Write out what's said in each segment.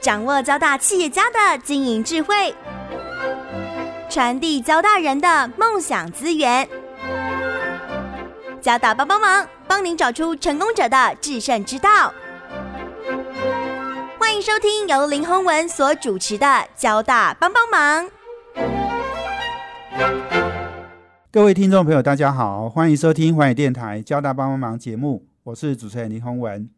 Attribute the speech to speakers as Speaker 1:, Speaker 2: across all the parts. Speaker 1: 掌握交大企业家的经营智慧，传递交大人的梦想资源。交大帮帮忙，帮您找出成功者的制胜之道。欢迎收听由林宏文所主持的《交大帮帮忙》。
Speaker 2: 各位听众朋友，大家好，欢迎收听环宇电台《交大帮帮忙》节目，我是主持人林宏文。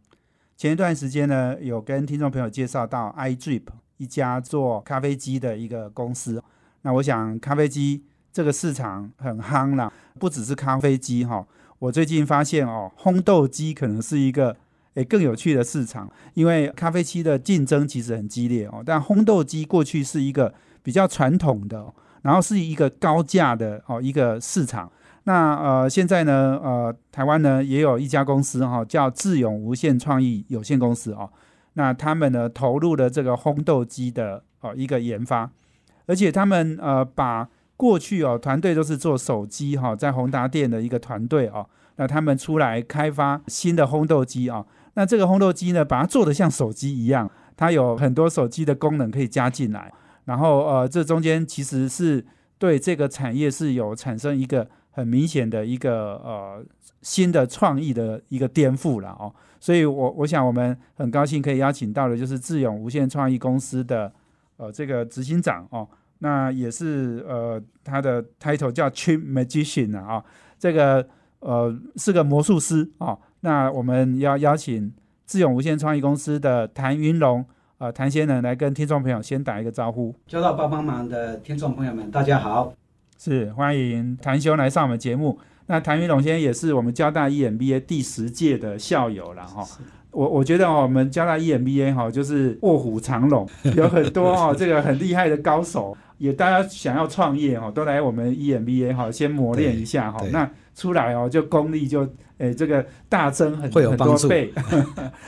Speaker 2: 前一段时间呢，有跟听众朋友介绍到 iDrip 一家做咖啡机的一个公司。那我想咖啡机这个市场很夯啦，不只是咖啡机哈、我最近发现哦，烘豆机可能是一个诶更有趣的市场，因为咖啡机的竞争其实很激烈哦，但烘豆机过去是一个比较传统的、然后是一个高价的哦一个市场。那呃，现在呢，呃，台湾呢也有一家公司哈、叫智勇无限创意有限公司哦。那他们呢投入了这个烘豆机的哦一个研发，而且他们呃把过去哦团队都是做手机哈、在宏达店的一个团队哦，那他们出来开发新的烘豆机哦。那这个烘豆机呢，把它做得像手机一样，它有很多手机的功能可以加进来。然后呃，这中间其实是对这个产业是有产生一个很明显的一个呃新的创意的一个颠覆了哦。所以我我想我们很高兴可以邀请到的就是智勇无限创意公司的呃这个执行长哦，那也是呃他的 title 叫 Chief Magician 啊、哦，这个呃是个魔术师哦。那我们要邀请智勇无限创意公司的谭云龙呃谭先生来跟听众朋友先打一个招呼。
Speaker 3: 交到帮帮忙的听众朋友们，大家好。
Speaker 2: 是欢迎谭兄来上我们节目。那谭云龙先生也是我们交大 E EMBA 第十届的校友了哈。我我觉得哦，我们交大 EMBA 哈、就是卧虎藏 龙，有很多哦这个很厉害的高手，也大家想要创业哦，都来我们 EMBA 哈、先磨练一下哈、
Speaker 4: 对对
Speaker 2: 那出来哦就功力就诶这个大增很
Speaker 4: 会有
Speaker 2: 很
Speaker 4: 帮
Speaker 2: 多
Speaker 4: 助
Speaker 2: 倍。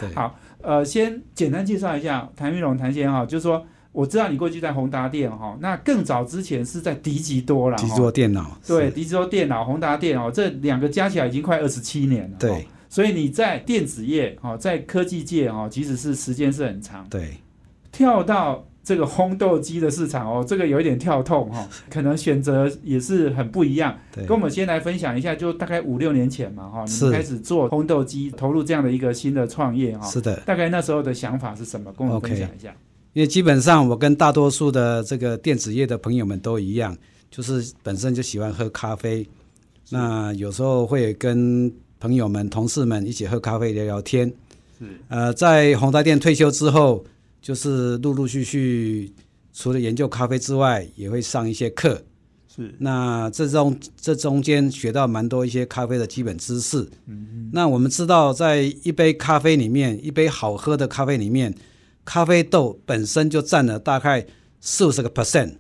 Speaker 4: 对，
Speaker 2: 好呃，先简单介绍一下谭云龙谭先生哈、就是说我知道你过去在宏达店哈、那更早之前是在迪吉多啦。
Speaker 4: 极
Speaker 2: 哈
Speaker 4: 做电脑，
Speaker 2: 对，
Speaker 4: 是
Speaker 2: 迪州电脑、宏达电哦，这两个加起来已经快二十七年了。哦，
Speaker 4: 对
Speaker 2: 所以你在电子业哦，在科技界哦，其实是时间是很长。
Speaker 4: 对，
Speaker 2: 跳到这个烘豆机的市场哦，这个有一点跳痛 哦，可能选择也是很不一样。
Speaker 4: 对
Speaker 2: 跟我们先来分享一下，就大概五六年前嘛哈、哦，你们
Speaker 4: 是
Speaker 2: 开始做烘豆机，投入这样的一个新的创业哈、哦，
Speaker 4: 是的，
Speaker 2: 大概那时候的想法是什么？跟我们分
Speaker 4: OK
Speaker 2: 享一下。
Speaker 4: 因为基本上我跟大多数的这个电子业的朋友们都一样，就是本身就喜欢喝咖啡，那有时候会跟朋友们、同事们一起喝咖啡聊聊天。
Speaker 2: 是
Speaker 4: 呃，在宏达店退休之后，就是陆陆续续除了研究咖啡之外，也会上一些课。
Speaker 2: 是
Speaker 4: 那这中这中间学到蛮多一些咖啡的基本知识。嗯，那我们知道，在一杯咖啡里面，一杯好喝的咖啡里面，咖啡豆本身就占了大概四五十个 percent。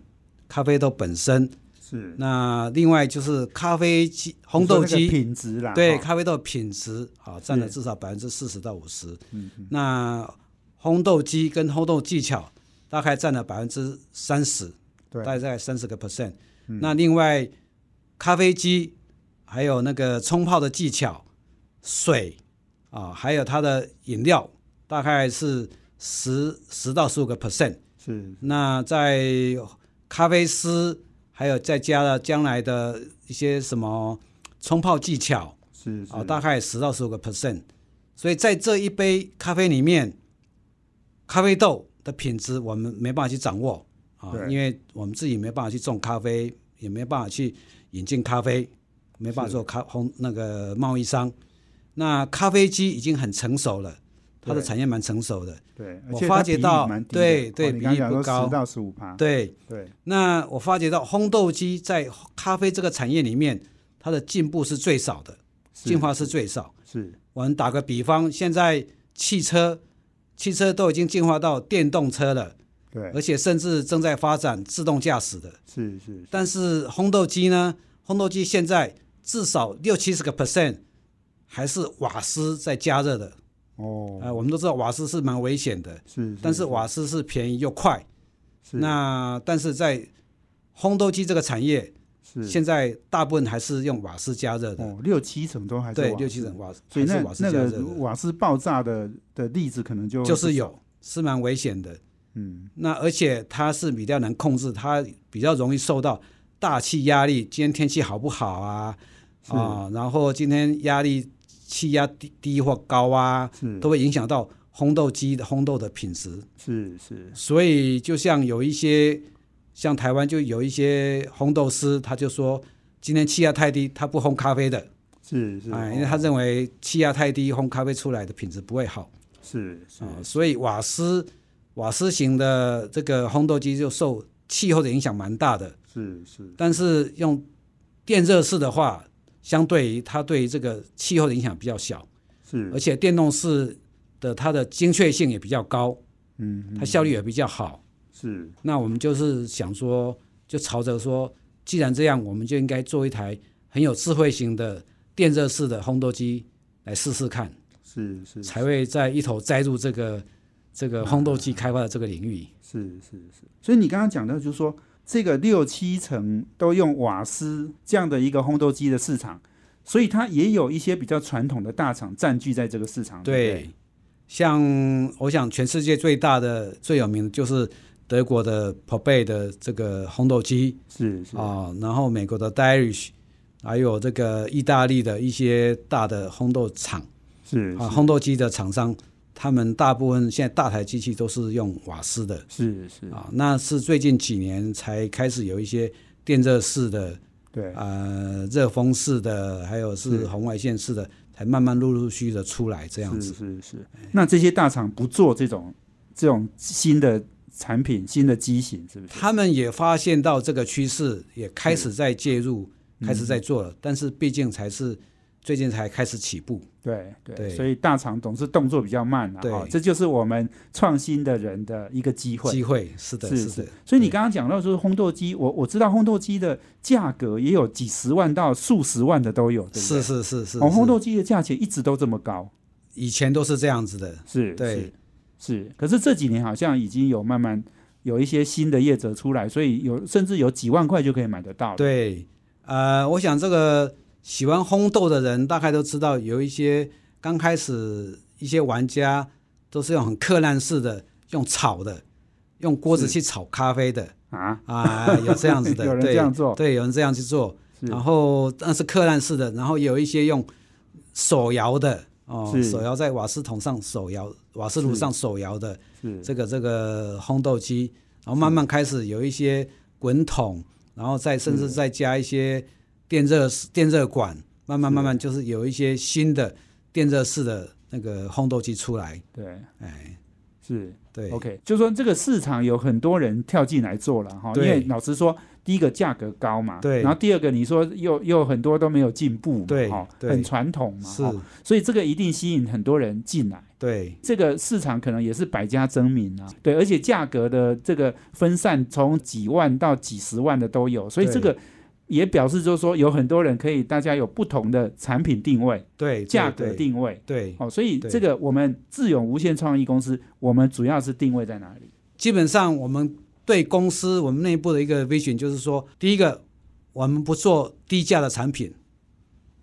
Speaker 4: 咖啡豆本身，
Speaker 2: 是，
Speaker 4: 那另外就是咖啡机烘
Speaker 2: 你说那
Speaker 4: 豆
Speaker 2: 个
Speaker 4: 机，
Speaker 2: 品质啦，
Speaker 4: 对
Speaker 2: 哦
Speaker 4: 咖啡豆品质啊，占了
Speaker 2: 是
Speaker 4: 至少百分之四十到五十。
Speaker 2: 嗯嗯
Speaker 4: 那烘豆机跟烘豆技巧大概占了百分之三十，
Speaker 2: 对
Speaker 4: 大概在三十个 percent。那另外，咖啡机还有那个冲泡的技巧、水啊，还有它的饮料，大概是十十到十五个 percent。
Speaker 2: 是
Speaker 4: 那在咖啡师，还有再加了将来的一些什么冲泡技巧，
Speaker 2: 是
Speaker 4: 啊、
Speaker 2: 是
Speaker 4: 大概十到十五个 percent。所以在这一杯咖啡里面，咖啡豆的品质我们没办法去掌握啊，
Speaker 2: 对
Speaker 4: 因为我们自己没办法去种咖啡，也没办法去引进咖啡，没办法做咖烘那个贸易商。那咖啡机已经很成熟了，它的
Speaker 2: 对
Speaker 4: 产业蛮成熟的。
Speaker 2: 对，而
Speaker 4: 我
Speaker 2: 且
Speaker 4: 发
Speaker 2: 它
Speaker 4: 觉
Speaker 2: 比例
Speaker 4: 到
Speaker 2: 蛮低的
Speaker 4: 对
Speaker 2: 哦
Speaker 4: 对
Speaker 2: 你
Speaker 4: 比
Speaker 2: 刚
Speaker 4: 例
Speaker 2: 讲
Speaker 4: 不
Speaker 2: 说
Speaker 4: 高
Speaker 2: 十到十五趴，
Speaker 4: 对，
Speaker 2: 对
Speaker 4: 那我发觉到烘豆机在咖啡这个产业里面，它的进步是最少的，
Speaker 2: 是
Speaker 4: 进化是最少。
Speaker 2: 是
Speaker 4: 我们打个比方，现在汽车，汽车都已经进化到电动车了，
Speaker 2: 对
Speaker 4: 而且甚至正在发展自动驾驶的。
Speaker 2: 是是
Speaker 4: 但是烘豆机呢？烘豆机现在至少六七十个 percent 还是瓦斯在加热的。
Speaker 2: 哦
Speaker 4: 呃，我们都知道瓦斯是蛮危险的，
Speaker 2: 是，
Speaker 4: 但是瓦斯是便宜又快。
Speaker 2: 是
Speaker 4: 那但是在烘豆机这个产业，
Speaker 2: 是
Speaker 4: 现在大部分还是用瓦斯加热的。
Speaker 2: 哦六七成都还是
Speaker 4: 对，
Speaker 2: 瓦
Speaker 4: 六七
Speaker 2: 斯
Speaker 4: 成，瓦斯
Speaker 2: 所以
Speaker 4: 还
Speaker 2: 那
Speaker 4: 是瓦斯
Speaker 2: 那
Speaker 4: 加热
Speaker 2: 个
Speaker 4: 的。
Speaker 2: 瓦斯爆炸的的例子可能就
Speaker 4: 就是有，是蛮危险的。
Speaker 2: 嗯
Speaker 4: 那而且它是比较能控制，它比较容易受到大气压力，今天天气好不好啊？
Speaker 2: 是
Speaker 4: 啊、然后今天压力气压低低或高啊，
Speaker 2: 是
Speaker 4: 都会影响到烘豆机的烘豆的品质。
Speaker 2: 是是
Speaker 4: 所以就像有一些像台湾就有一些烘豆师，他就说今天气压太低，他不烘咖啡的，
Speaker 2: 是哦是，
Speaker 4: 哎，因为他认为气压太低，烘咖啡出来的品质不会好。
Speaker 2: 是是
Speaker 4: 啊、所以瓦斯瓦斯型的这个烘豆机就受气候的影响蛮大的，
Speaker 2: 是是
Speaker 4: 但是用电热式的话，相对于它对这个气候的影响比较小，
Speaker 2: 是，
Speaker 4: 而且电动式的它的精确性也比较高，
Speaker 2: 嗯
Speaker 4: 它效率也比较好。
Speaker 2: 是
Speaker 4: 那我们就是想说，就朝着说，既然这样，我们就应该做一台很有智慧型的电热式的烘豆机来试试看，
Speaker 2: 是是
Speaker 4: 才会再一头栽入这个这个烘豆机开发的这个领域。
Speaker 2: 是是是，所以你刚刚讲到，就是说这个六七成都用瓦斯这样的一个烘豆机的市场，所以它也有一些比较传统的大厂占据在这个市场。对
Speaker 4: 对，像我想全世界最大的、最有名的就是德国的 p o b e 的这个烘豆机
Speaker 2: 不对，是是
Speaker 4: 啊、然后美国的 Dirish，还有这个意大利的一些大的烘豆厂
Speaker 2: 嗯是
Speaker 4: 啊、烘豆机的厂商，他们大部分现在大台机器都是用瓦斯的
Speaker 2: 是是，
Speaker 4: 啊、那是最近几年才开始有一些电热式的、
Speaker 2: 对
Speaker 4: 呃热风式的，还有
Speaker 2: 是
Speaker 4: 是红外线式的，才慢慢陆陆续续的出来这样子
Speaker 2: 是。是是。那这些大厂不做这种这种新的产品、新的机型，是不是？
Speaker 4: 他们也发现到这个趋势，也开始在介入，
Speaker 2: 嗯
Speaker 4: 开始在做了。但是毕竟才是最近才开始起步，
Speaker 2: 对对，
Speaker 4: 对
Speaker 2: 所以大厂总是动作比较慢啊、
Speaker 4: 对
Speaker 2: 哦这就是我们创新的人的一个机会。
Speaker 4: 机会是的，
Speaker 2: 是
Speaker 4: 的，
Speaker 2: 所以你刚刚讲到说烘豆机，我我知道烘豆机的价格也有几十万到数十万的都有，对不对？
Speaker 4: 是是是是，
Speaker 2: 哦，烘
Speaker 4: 是
Speaker 2: 豆机的价钱一直都这么高，
Speaker 4: 以前都是这样子的，
Speaker 2: 是，
Speaker 4: 对
Speaker 2: 是，是。可是这几年好像已经有慢慢有一些新的业者出来，所以有甚至有几万块就可以买得到了。
Speaker 4: 对。呃，我想这个喜欢烘豆的人大概都知道，有一些刚开始一些玩家都是用很克难式的，用炒的，用锅子
Speaker 2: 是
Speaker 4: 去炒咖啡的
Speaker 2: 啊，
Speaker 4: 啊，有这样子的，
Speaker 2: 有人这
Speaker 4: 对
Speaker 2: 样做
Speaker 4: 对，有人这样去做。
Speaker 2: 是
Speaker 4: 然后那是克难式的，然后有一些用手摇的哦
Speaker 2: 是，
Speaker 4: 手摇在瓦斯桶上手摇，瓦斯炉上手摇的
Speaker 2: 是
Speaker 4: 这个这个烘豆机，然后慢慢开始有一些滚筒，然后再甚至再加一些电热电热管，慢慢慢慢就是有一些新的电热式的那个烘豆机出来，
Speaker 2: 对，
Speaker 4: 哎，
Speaker 2: 是
Speaker 4: 对
Speaker 2: OK，就说这个市场有很多人跳进来做了哈，因
Speaker 4: 对
Speaker 2: 为老实说，第一个价格高嘛，
Speaker 4: 对
Speaker 2: 然后第二个你说又又很多都没有进步嘛，
Speaker 4: 对
Speaker 2: 哈，
Speaker 4: 对
Speaker 2: 很传统嘛，
Speaker 4: 是
Speaker 2: 哈，所以这个一定吸引很多人进来。
Speaker 4: 对。
Speaker 2: 这个市场可能也是百家争鸣啊，对，而且价格的这个分散从几万到几十万的都有，所以
Speaker 4: 对
Speaker 2: 这个也表示就是说有很多人可以，大家有不同的产品定位、
Speaker 4: 对
Speaker 2: 价格，
Speaker 4: 对
Speaker 2: 定位，
Speaker 4: 对，
Speaker 2: 哦，所以
Speaker 4: 对
Speaker 2: 这个我们智勇无限创意公司，我们主要是定位在哪里？
Speaker 4: 基本上我们对公司我们内部的一个 vision 就是说，第一个，我们不做低价的产品，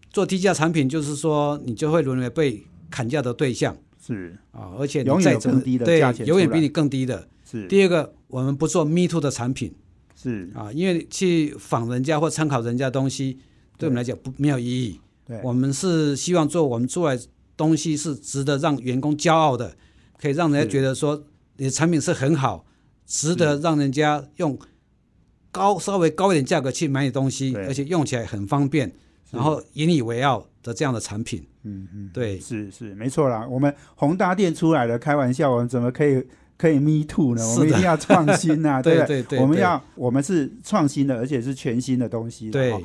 Speaker 4: 做低价产品就是说你就会沦为被砍价的对象
Speaker 2: 是
Speaker 4: 啊，而且你
Speaker 2: 永远
Speaker 4: 再
Speaker 2: 有
Speaker 4: 怎
Speaker 2: 更
Speaker 4: 么
Speaker 2: 低的
Speaker 4: 对
Speaker 2: 价钱，
Speaker 4: 永远
Speaker 2: 出
Speaker 4: 比
Speaker 2: 来
Speaker 4: 你更低的。
Speaker 2: 是
Speaker 4: 第二个，我们不做 me too 的产品
Speaker 2: 是，
Speaker 4: 啊，因为去仿人家或参考人家东西，对我们来讲不没有意义。
Speaker 2: 对
Speaker 4: 我们是希望做我们做的东西是值得让员工骄傲的，可以让人
Speaker 2: 是
Speaker 4: 家觉得说你的产品是很好，值得让人家用高稍微高一点价格去买你东西，
Speaker 2: 对
Speaker 4: 而且用起来很方便，然后引以为傲的这样的产品。
Speaker 2: 嗯嗯，
Speaker 4: 对
Speaker 2: 是是没错啦。我们宏达店出来了，开玩笑，我们怎么可以可以 me too 呢？
Speaker 4: 是的
Speaker 2: 我们一定要创新 啊，
Speaker 4: 对
Speaker 2: 不
Speaker 4: 对对
Speaker 2: 我们
Speaker 4: 对
Speaker 2: 要我们是创新的，而且是全新的东西啦。
Speaker 4: 对
Speaker 2: 哦，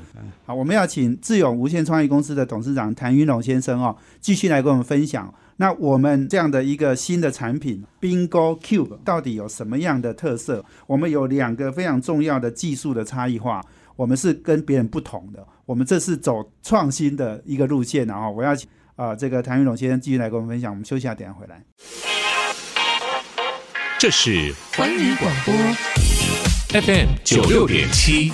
Speaker 2: 好，我们要请智勇无限创意公司的董事长谭云龙先生哦，继续来跟我们分享。那我们这样的一个新的产品 Bingo Cube 到底有什么样的特色？我们有两个非常重要的技术的差异化，我们是跟别人不同的，我们这是走创新的一个路线然后我要请啊、这个谭云龙先生继续来跟我们分享，我们休息一下，等一下回来。
Speaker 5: 这是
Speaker 6: 环宇广播
Speaker 5: FM 九六点七，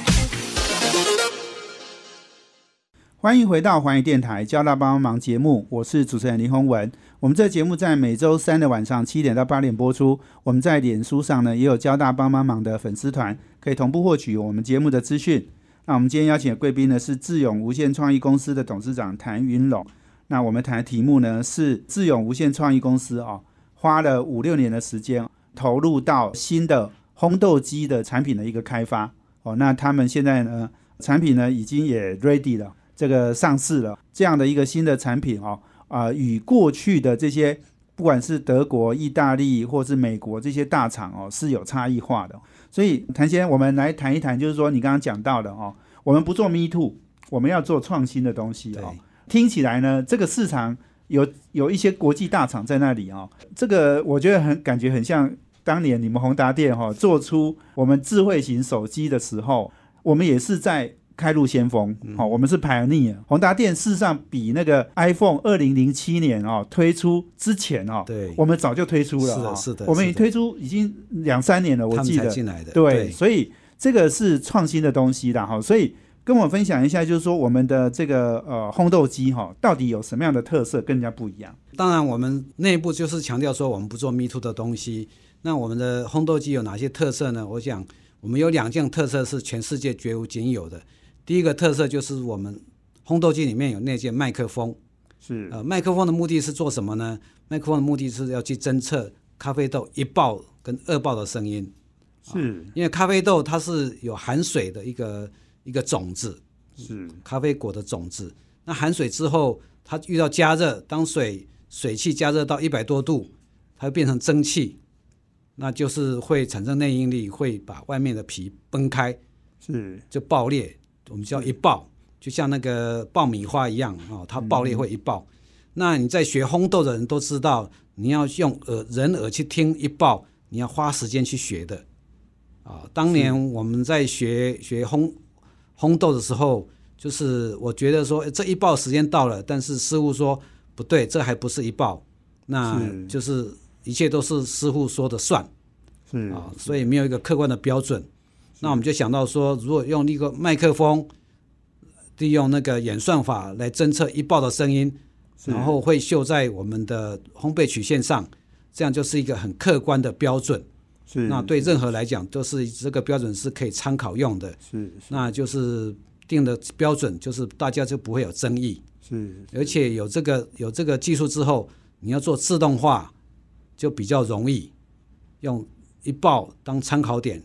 Speaker 2: 欢迎回到环宇电台《交大帮帮忙》节目，我是主持人林宏文。我们这个节目在每周三的晚上七点到八点播出。我们在脸书上呢也有交大帮帮忙的粉丝团，可以同步获取我们节目的资讯。那我们今天邀请的贵宾呢是智勇无限创意公司的董事长谭云龙。那我们谈的题目呢是智勇无限创意公司哦，花了五六年的时间投入到新的烘豆机的产品的一个开发哦。那他们现在呢产品呢已经也 ready 了，这个上市了，这样的一个新的产品哦。啊、与过去的这些不管是德国、意大利或是美国这些大厂哦，是有差异化的。所以，谭先生，我们来谈一谈，就是说你刚刚讲到的哦，我们不做 Me Too，我们要做创新的东西
Speaker 4: 对
Speaker 2: 哦。听起来呢，这个市场有有一些国际大厂在那里哦，这个我觉得很感觉很像当年你们宏达电哈、哦、做出我们智慧型手机的时候，我们也是在开路先锋，
Speaker 4: 嗯
Speaker 2: 好、我们是 pioneer。宏达电事实上比那个 iPhone 二零零七年哦推出之前哦，
Speaker 4: 对
Speaker 2: 我们早就推出了、
Speaker 4: 是的
Speaker 2: 哦
Speaker 4: 是的
Speaker 2: 我们已
Speaker 4: 是的
Speaker 2: 推出已经两三年了，我
Speaker 4: 他们
Speaker 2: 记
Speaker 4: 才
Speaker 2: 得，
Speaker 4: 进来的。
Speaker 2: 对，所以这个是创新的东西啦，哈，所以跟我分享一下，就是说我们的这个呃烘豆机哈，到底有什么样的特色跟人家不一样？
Speaker 4: 当然我们内部就是强调说我们不做 Me Too 的东西。那我们的烘豆机有哪些特色呢？我想我们有两项特色是全世界绝无仅有的。第一个特色就是我们烘豆机里面有内建麦克风，
Speaker 2: 是
Speaker 4: 呃，麦克风的目的是做什么呢？麦克风的目的是要去侦测咖啡豆一爆跟二爆的声音，
Speaker 2: 是
Speaker 4: 因为咖啡豆它是有含水的一个一个种子，
Speaker 2: 是
Speaker 4: 咖啡果的种子。那含水之后，它遇到加热，当水水汽加热到一百多度，它会变成蒸汽，那就是会产生内应力，会把外面的皮崩开，
Speaker 2: 是
Speaker 4: 就爆裂，我们叫一爆，就像那个爆米花一样哦，它爆裂会一爆。那你在学烘豆的人都知道，你要用耳人耳去听一爆，你要花时间去学的啊、当年我们在学学烘烘豆的时候，就是我觉得说诶哎这一爆时间到了，但是师傅说不对，这还不是一爆，那
Speaker 2: 是
Speaker 4: 就是一切都是师傅说的算。
Speaker 2: 是
Speaker 4: 啊，所以没有一个客观的标准。那我们就想到说，如果用那个麦克风，利用那个演算法来侦测一爆的声音，
Speaker 2: 是
Speaker 4: 然后会秀在我们的烘焙曲线上，这样就是一个很客观的标准。
Speaker 2: 是
Speaker 4: 那对任何来讲，都是这个标准是可以参考用的。
Speaker 2: 是
Speaker 4: 那就是定的标准，就是大家就不会有争议。
Speaker 2: 是
Speaker 4: 而且有这个有这个技术之后，你要做自动化就比较容易，用一爆当参考点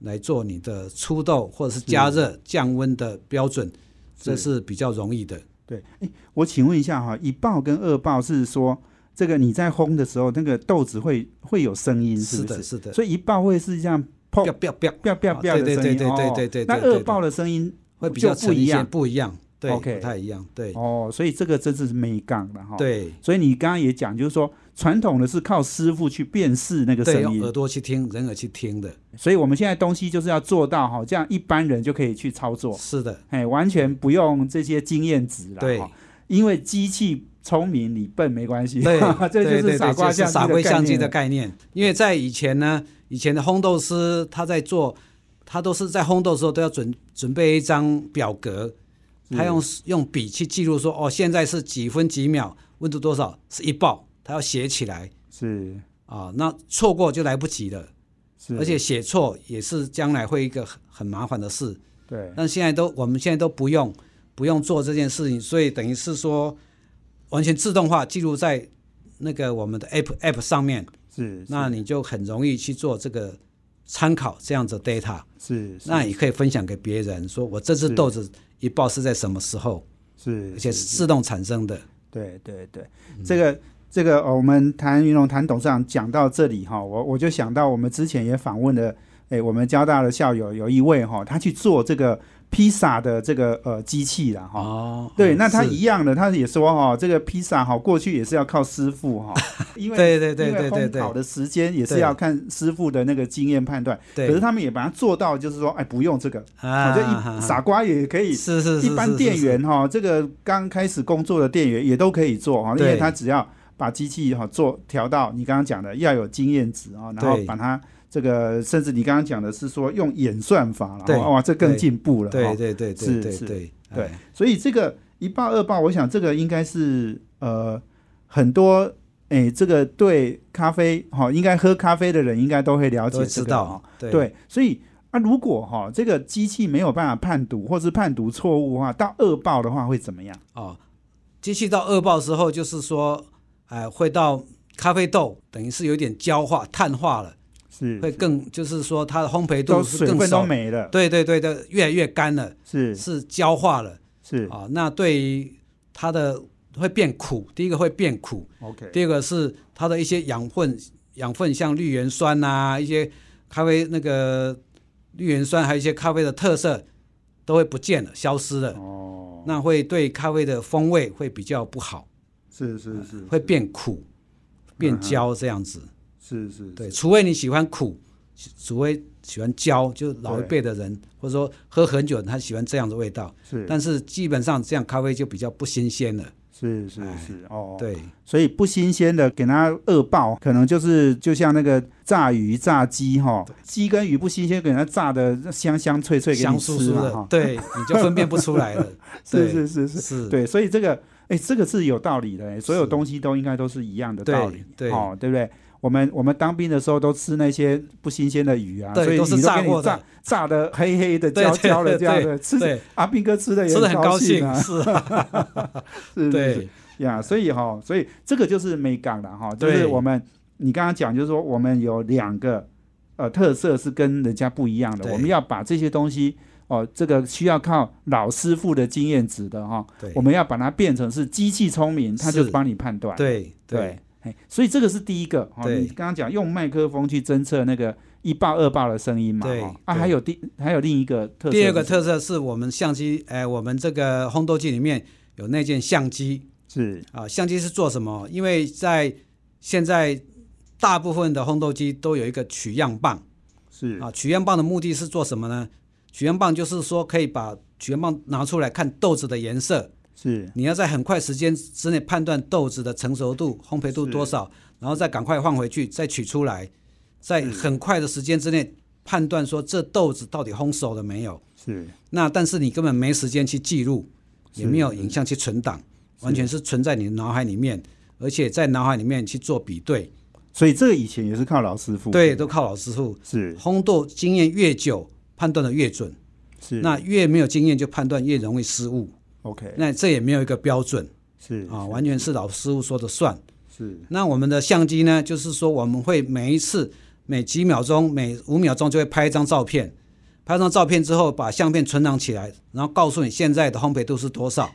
Speaker 4: 来做你的出豆或者是加热、
Speaker 2: 嗯
Speaker 4: 降温的标准，这是比较容易的。
Speaker 2: 对，哎，我请问一下哈，一爆跟二爆是说这个你在烘的时候，那个豆子会会有声音，嗯是
Speaker 4: 是
Speaker 2: 不
Speaker 4: 的，是的，
Speaker 2: 所以一爆会是这样砰
Speaker 4: 不要不要
Speaker 2: 啪啪啪的声音，
Speaker 4: 对对对
Speaker 2: 哦
Speaker 4: 对对对对
Speaker 2: 那
Speaker 4: 对
Speaker 2: 二爆的声音
Speaker 4: 会比
Speaker 2: 就
Speaker 4: 较
Speaker 2: 不
Speaker 4: 沉
Speaker 2: 一
Speaker 4: 一些，
Speaker 2: 样
Speaker 4: 不一样，对
Speaker 2: OK
Speaker 4: 不太一样，对、
Speaker 2: 哦，所以这个真是没杠了哈。。
Speaker 4: 对
Speaker 2: 所以你刚刚也讲，就是说传统的是靠师傅去辨识那个
Speaker 4: 对，
Speaker 2: 声
Speaker 4: 用耳
Speaker 2: 音，
Speaker 4: 朵去听，人耳去听的，
Speaker 2: 所以我们现在东西就是要做到哈，这样一般人就可以去操作，
Speaker 4: 是的，
Speaker 2: 哎，完全不用这些经验值了，
Speaker 4: 对
Speaker 2: 哈，因为机器聪明，你笨没关系，
Speaker 4: 对
Speaker 2: 这
Speaker 4: 对
Speaker 2: 就
Speaker 4: 对
Speaker 2: 是傻
Speaker 4: 对，
Speaker 2: 瓜
Speaker 4: 就是傻瓜相
Speaker 2: 相
Speaker 4: 机
Speaker 2: 机
Speaker 4: 的
Speaker 2: 的概
Speaker 4: 概念。因为在以前呢，以前的烘豆师他在做，他都是在烘豆的时候都要准准备一张表格，他
Speaker 2: 嗯
Speaker 4: 用用笔去记录说，哦，现在是几分几秒，温度多少，是一爆，他要写起来
Speaker 2: 是
Speaker 4: 啊，那错过就来不及了，
Speaker 2: 是，
Speaker 4: 而且写错也是将来会一个很很麻烦的事。
Speaker 2: 对
Speaker 4: 但现在都我们现在都不用不用做这件事情，所以等于是说完全自动化记录在那个我们的 app app 上面，
Speaker 2: 是，
Speaker 4: 那
Speaker 2: 是
Speaker 4: 你就很容易去做这个参考这样子的 data，
Speaker 2: 是是
Speaker 4: 那也可以分享给别人，说我这只
Speaker 2: 是
Speaker 4: 豆子一爆是在什么时候，
Speaker 2: 是
Speaker 4: 而且是自动产生的。
Speaker 2: 对对对，
Speaker 4: 嗯
Speaker 2: 这个这个、呃我们谭云龙谭董事长讲到这里哈，我我就想到我们之前也访问的，哎，我们交大的校友有一位哈，他去做这个披萨的这个呃机器啦哈。
Speaker 4: 哦
Speaker 2: 对，那他一
Speaker 4: 一
Speaker 2: 样的，他也说哈、这个披萨哈，过去也是要靠师傅 哈、因为
Speaker 4: 对对对
Speaker 2: 因为
Speaker 4: 对对
Speaker 2: 烘
Speaker 4: 对
Speaker 2: 烤的时间也是
Speaker 4: 对
Speaker 2: 要看师傅的那个经验判断。
Speaker 4: 对，
Speaker 2: 可是他们也把它做到，就是说，哎，不用这个，
Speaker 4: 啊
Speaker 2: 好像一傻瓜也可以
Speaker 4: 是是是
Speaker 2: 一般
Speaker 4: 是
Speaker 2: 店
Speaker 4: 是
Speaker 2: 员哈、这个刚开始工作的店员也都可以做哈、因
Speaker 4: 对
Speaker 2: 为他只要把机器哈、做调到你刚刚讲的要有经验值啊、然后
Speaker 4: 对
Speaker 2: 把它这个，甚至你刚刚讲的是说用演算法了，
Speaker 4: 对
Speaker 2: 哦哇，这更
Speaker 4: 对
Speaker 2: 进步了、哦，
Speaker 4: 对对对对
Speaker 2: 是
Speaker 4: 对
Speaker 2: 是
Speaker 4: 对
Speaker 2: 对
Speaker 4: 哎，
Speaker 2: 所以这个一报二报，我想这个应该是呃很多哎，这个对咖啡哈、哦，应该喝咖啡的人应该都会了解、这
Speaker 4: 都会
Speaker 2: 个、
Speaker 4: 知
Speaker 2: 哦
Speaker 4: 道。对
Speaker 2: 对，所以啊，如果哈、这个机器没有办法判读，或是判读错误的话，到恶报的话会怎么样？
Speaker 4: 哦，机器到恶爆之后，就是说，哎、会到咖啡豆等于是有点焦化、碳化了，
Speaker 2: 是
Speaker 4: 会更就是说它的烘焙
Speaker 2: 都
Speaker 4: 度是
Speaker 2: 水
Speaker 4: 更
Speaker 2: 分都
Speaker 4: 少，
Speaker 2: 没了，
Speaker 4: 对对对的，越来越干了，
Speaker 2: 是
Speaker 4: 是焦化了
Speaker 2: 是
Speaker 4: 啊、那对于它的会变苦，第一个会变苦，
Speaker 2: ，OK，
Speaker 4: 第二个是它的一些养分，养分像绿原酸呐、一些咖啡那个绿原酸，还有一些咖啡的特色都会不见了，消失了。
Speaker 2: 哦，
Speaker 4: 那会对咖啡的风味会比较不好，
Speaker 2: 是是是，
Speaker 4: 会变苦、变焦这样
Speaker 2: 嗯
Speaker 4: 子。
Speaker 2: 是是，是
Speaker 4: 对，除非你喜欢苦，除非喜欢焦，就老一辈的人或者说喝很久，他喜欢这样的味道。
Speaker 2: 是，
Speaker 4: 但是基本上这样咖啡就比较不新鲜了。
Speaker 2: 是是
Speaker 4: 哎
Speaker 2: 是，哦，，
Speaker 4: 对，
Speaker 2: 所以不新鲜的给它恶爆，可能就是就像那个炸鱼、炸鸡哈，鸡跟鱼不新鲜，给它炸的香香脆脆，给
Speaker 4: 香
Speaker 2: 你
Speaker 4: 酥
Speaker 2: 吃
Speaker 4: 酥
Speaker 2: 了
Speaker 4: 的
Speaker 2: 哈，，
Speaker 4: 对，你就分辨不出来 了。
Speaker 2: 是
Speaker 4: 对
Speaker 2: 是是是，
Speaker 4: 是，
Speaker 2: 对，所以这个，哎，这个是有道理的，哎所有
Speaker 4: 是
Speaker 2: 东西都应该都是一样的
Speaker 4: 对
Speaker 2: 道理，
Speaker 4: 对
Speaker 2: 哦，对不对？我们我们当兵的时候都吃那些不新鲜的鱼啊，
Speaker 4: 对
Speaker 2: 所以
Speaker 4: 都是
Speaker 2: 鱼
Speaker 4: 炸
Speaker 2: 给你
Speaker 4: 过的
Speaker 2: 炸炸的黑黑的、
Speaker 4: 对
Speaker 2: 焦
Speaker 4: 对
Speaker 2: 焦的
Speaker 4: 对
Speaker 2: 这样的，吃
Speaker 4: 对，
Speaker 2: 阿兵哥吃的也
Speaker 4: 吃的很高
Speaker 2: 兴 啊，
Speaker 4: 是啊，
Speaker 2: 是是是
Speaker 4: 对，
Speaker 2: 呀，所以哈、所以这个就是美港了哈、就是
Speaker 4: 对
Speaker 2: 我们你刚刚讲，就是说我们有两个呃特色是跟人家不一样的，
Speaker 4: 对
Speaker 2: 我们要把这些东西哦、这个需要靠老师傅的经验值的哈、
Speaker 4: 对
Speaker 2: 我们要把它变成是机器聪明，它就是帮你判断，
Speaker 4: 对
Speaker 2: 对
Speaker 4: 对，
Speaker 2: 哎，所以这个是第一个哈、
Speaker 4: 对
Speaker 2: 你刚刚讲用麦克风去侦测那个一爆二爆的声音嘛，
Speaker 4: 对
Speaker 2: 哈啊，
Speaker 4: 对
Speaker 2: 还有第还有另一个特色是什么，
Speaker 4: 第二个特色是我们相机，哎、我们这个烘豆机里面有那件相机
Speaker 2: 是
Speaker 4: 啊、相机是做什么？因为在现在大部分的烘豆机都有一个取样棒
Speaker 2: 是
Speaker 4: 啊、取样棒的目的是做什么呢？取样棒就是说可以把取样棒拿出来看豆子的颜色，
Speaker 2: 是
Speaker 4: 你要在很快时间之内判断豆子的成熟度、烘焙度
Speaker 2: 是
Speaker 4: 多少，然后再赶快放回去，再取出来，在很快的时间之内判断说这豆子到底烘熟了没有。
Speaker 2: 是
Speaker 4: 那但是你根本没时间去记录，也没有影像去存档，完全是存在你的脑海里面，而且在脑海里面去做比对，
Speaker 2: 所以这个以前也是靠老师傅，
Speaker 4: 对，都靠老师傅。
Speaker 2: 是
Speaker 4: 烘豆经验越久，判断的越准，
Speaker 2: 是
Speaker 4: 那越没有经验就判断越容易失误。
Speaker 2: OK
Speaker 4: 那这也没有一个标准
Speaker 2: 是
Speaker 4: 啊，完全是老师傅说的算。
Speaker 2: 是
Speaker 4: 那我们的相机呢，就是说我们会每一次每几秒钟、每五秒钟就会拍一张照片，拍张照片之后把相片存档起来，然后告诉你现在的烘焙度是多少，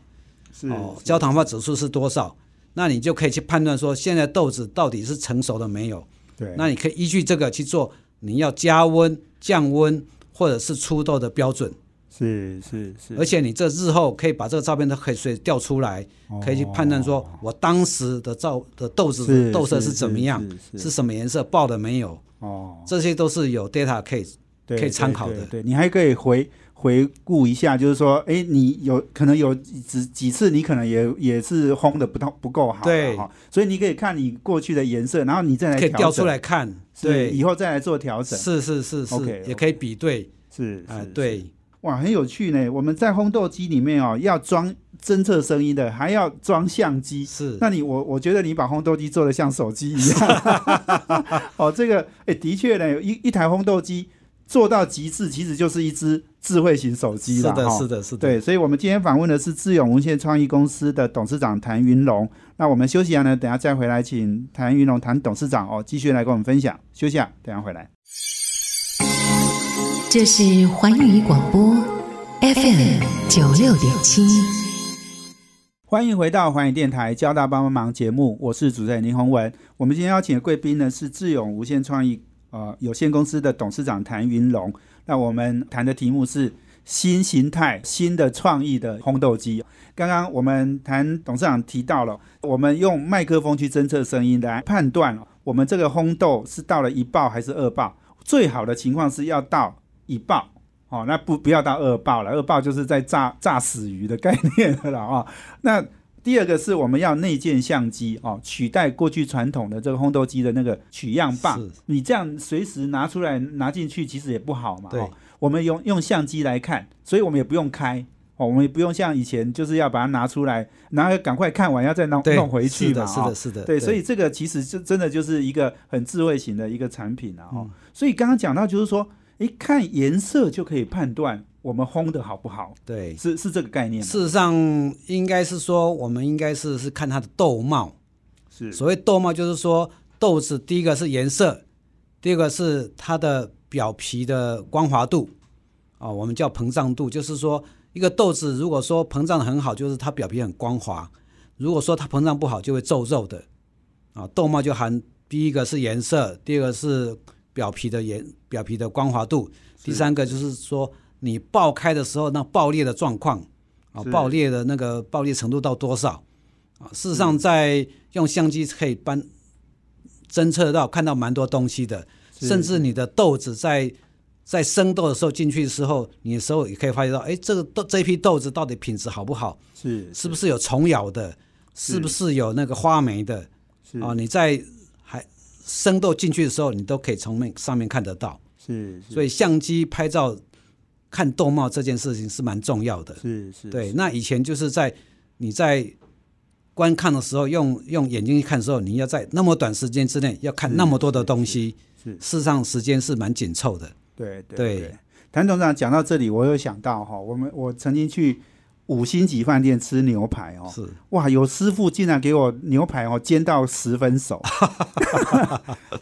Speaker 2: 是
Speaker 4: 哦，焦糖化指数是多少，那你就可以去判断说现在豆子到底是成熟了没有。
Speaker 2: 对
Speaker 4: 那你可以依据这个去做你要加温、降温或者是出豆的标准，
Speaker 2: 是是是，
Speaker 4: 而且你这日后可以把这个照片都可以随时调出来，
Speaker 2: 哦
Speaker 4: 可以去判断说我当时的照的豆子
Speaker 2: 是
Speaker 4: 的豆色
Speaker 2: 是
Speaker 4: 是怎么
Speaker 2: 是
Speaker 4: 样
Speaker 2: 是，是
Speaker 4: 是什么颜色，爆了没有，
Speaker 2: 哦，
Speaker 4: 这些都是有 data case
Speaker 2: 对
Speaker 4: 可
Speaker 2: 对
Speaker 4: 以参考
Speaker 2: 对
Speaker 4: 的
Speaker 2: 对你还可以回回顾一下，就是说，哎，你有可能有几几次你可能也也是烘的不到不够好啦，啊
Speaker 4: 对
Speaker 2: 哈，所以你可以看你过去的颜色，然后你再来
Speaker 4: 可以
Speaker 2: 调
Speaker 4: 调出
Speaker 2: 整，
Speaker 4: 来看，
Speaker 2: 是
Speaker 4: 对
Speaker 2: 以，后再来做调整，
Speaker 4: 是是是是
Speaker 2: OK，OK，
Speaker 4: 也可以比对
Speaker 2: 是
Speaker 4: 啊
Speaker 2: 是，
Speaker 4: 对。
Speaker 2: 哇，很有趣呢。我们在烘豆机里面哦，要装侦测声音的，还要装相机。
Speaker 4: 是
Speaker 2: 那你我我觉得你把烘豆机做的像手机一样。 哦，这个哎，的确呢，一一台烘豆机做到极致，其实就是一只智慧型手机
Speaker 4: 是
Speaker 2: 了。
Speaker 4: 的，
Speaker 2: 哈
Speaker 4: 是的，是的，
Speaker 2: 对，所以我们今天访问的是智勇无限创意公司的董事长谭云龙。那我们休息一下呢，等一下再回来，请谭云龙谭董事长哦继续来跟我们分享。休息一下，等一下回来。
Speaker 6: 这是环宇广播 FM 九六点七，
Speaker 2: 欢迎回到环宇电台《交大帮帮忙》节目，我是主持人林宏文。我们今天邀请的贵宾呢是智勇无限创意呃有限公司的董事长谭云龙。那我们谈的题目是新形态、新的创意的烘豆机。刚刚我们谭董事长提到了，我们用麦克风去侦测声音来判断我们这个烘豆是到了一爆还是二爆。最好的情况是要到一爆。哦，那不不要到二爆了，二爆就是在炸炸死鱼的概念了啊、哦。那第二个是我们要内建相机哦，取代过去传统的这个烘豆机的那个取样棒
Speaker 4: 是。
Speaker 2: 你这样随时拿出来拿进去，其实也不好嘛。
Speaker 4: 对
Speaker 2: 哦，我们用用相机来看，所以我们也不用开。哦，我们也不用像以前就是要把它拿出来，然后赶快看完要再弄
Speaker 4: 对，
Speaker 2: 弄回去
Speaker 4: 是
Speaker 2: 嘛，
Speaker 4: 的，是
Speaker 2: 哦
Speaker 4: 的，是的，
Speaker 2: 对，所以这个其实就真的就是一个很智慧型的一个产品啊、哦。
Speaker 4: 嗯
Speaker 2: 所以刚刚讲到就是说，诶，看颜色就可以判断我们烘的好不好，
Speaker 4: 对，
Speaker 2: 是是这个概念吗？
Speaker 4: 事实上应该是说，我们应该是是看它的豆貌。
Speaker 2: 是
Speaker 4: 所谓豆貌，就是说豆子第一个是颜色，第二个是它的表皮的光滑度，啊、我们叫膨胀度，就是说一个豆子如果说膨胀得很好，就是它表皮很光滑；如果说它膨胀不好，就会皱皱的。啊、豆貌就含第一个是颜色，第二个是表皮的颜表皮的光滑度，第三个就是说你爆开的时候那爆裂的状况啊，
Speaker 2: 是
Speaker 4: 爆裂的那个爆裂程度到多少啊？事
Speaker 2: 嗯
Speaker 4: 实上，在用相机可以搬侦测到看到蛮多东西的，
Speaker 2: 是
Speaker 4: 甚至你的豆子在在生豆的时候进去之后，你的时候也可以发觉到，哎，这个豆这一批豆子到底品质好不好？
Speaker 2: 是
Speaker 4: 是不是有虫咬的？是不是有那个花霉的？
Speaker 2: 是
Speaker 4: 啊、你在还生豆进去的时候，你都可以从面上面看得到。
Speaker 2: 是，是
Speaker 4: 所以相机拍照看豆貌这件事情是蛮重要的。
Speaker 2: 是是
Speaker 4: 对，那以前就是在你在观看的时候，用用眼睛去看的时候，你要在那么短时间之内要看那么多的东西，
Speaker 2: 是是
Speaker 4: 事实上时间是蛮紧凑的。
Speaker 2: 对对
Speaker 4: 对
Speaker 2: 对。谭董事长讲到这里，我有想到哈、我们我曾经去五星级饭店吃牛排哦，
Speaker 4: 是
Speaker 2: 哇，有师傅竟然给我牛排哦煎到十分 熟，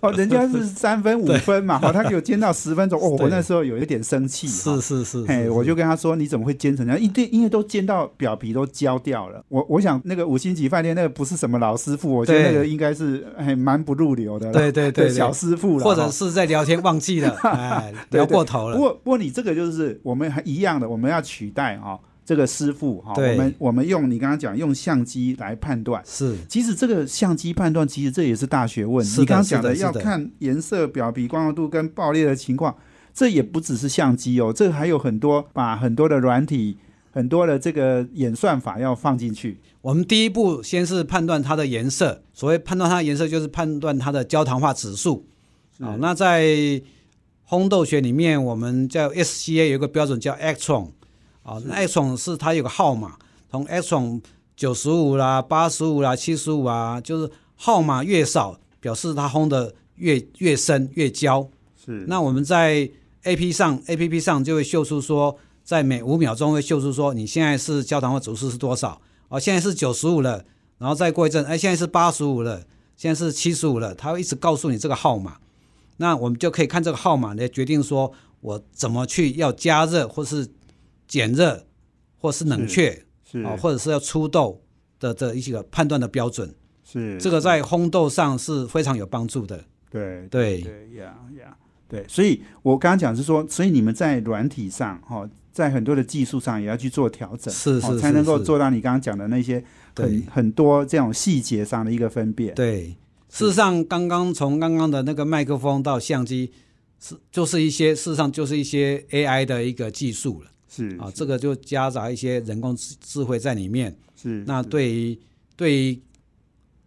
Speaker 2: 哦，人家是三分五分嘛，哦，他给我煎到十 分熟，哦，我
Speaker 4: 对
Speaker 2: 那时候有一点生气，
Speaker 4: 是。是是，
Speaker 2: 哎，
Speaker 4: 是
Speaker 2: 我就跟他说：“你怎么会煎成这样？一定因为都煎到表皮都焦掉了。我我想那个五星级饭店那个不是什么老师傅，我觉得
Speaker 4: 对
Speaker 2: 那个应该是还蛮不入流的啦，
Speaker 4: 对 对对对
Speaker 2: 小师傅了，
Speaker 4: 或者
Speaker 2: 哦
Speaker 4: 是在聊天忘记 了，哎，
Speaker 2: 对
Speaker 4: 聊过头
Speaker 2: 不
Speaker 4: 了。
Speaker 2: 过，不过你这个就是我们还一样的，我们要取代哈、这个师傅哈、
Speaker 4: 对
Speaker 2: 我们我们用你刚刚讲用相机来判断。
Speaker 4: 是
Speaker 2: 其实这个相机判断，其实这也是大学问。
Speaker 4: 是的
Speaker 2: 你刚刚讲
Speaker 4: 是的
Speaker 2: 要
Speaker 4: 是的
Speaker 2: 看颜色、表皮光滑度跟爆裂的情况，这也不只是相机哦，这还有很多把很多的软体、很多的这个演算法要放进去。
Speaker 4: 我们第一步先是判断它的颜色，所谓判断它的颜色就是判断它的焦糖化指数。啊、那在烘豆学里面，我们叫 SCA 有一个标准叫 Actron，啊、那 Actron 是它有个号码，从 Actron 九十五啦、八十五啦、七十五啊，就是号码越少，表示它烘的越越深越焦。
Speaker 2: 是
Speaker 4: 那我们在 A P 上 A P P 上就会秀出说，在每五秒钟会秀出说你现在是焦糖化指数是多少哦，现在是九十五了，然后再过一阵，哎，现在是八十五了，现在是七十五了，它会一直告诉你这个号码。那我们就可以看这个号码来决定说我怎么去要加热或是减热，或是冷却
Speaker 2: 是
Speaker 4: 啊、哦，或者是要出豆的的一些个判断的标准。
Speaker 2: 是
Speaker 4: 这个在烘豆上是非常有帮助的。
Speaker 2: 对
Speaker 4: 对
Speaker 2: 对呀呀，对，所以我刚刚讲是说，所以你们在软体上哈、哦，在很多的技术上也要去做调整，
Speaker 4: 是
Speaker 2: 哦、
Speaker 4: 是
Speaker 2: 才
Speaker 4: 是
Speaker 2: 能够
Speaker 4: 是
Speaker 2: 做到你刚刚讲的那些很
Speaker 4: 对
Speaker 2: 很多这种细节上的一个分辨。
Speaker 4: 对，事实上，刚刚从刚刚的那个麦克风到相机，是就是一些事实上就是一些 AI 的一个技术了
Speaker 2: 是
Speaker 4: 啊，这个就夹杂一些人工智智慧在里面。
Speaker 2: 是
Speaker 4: 那
Speaker 2: 嗯是
Speaker 4: 对于对于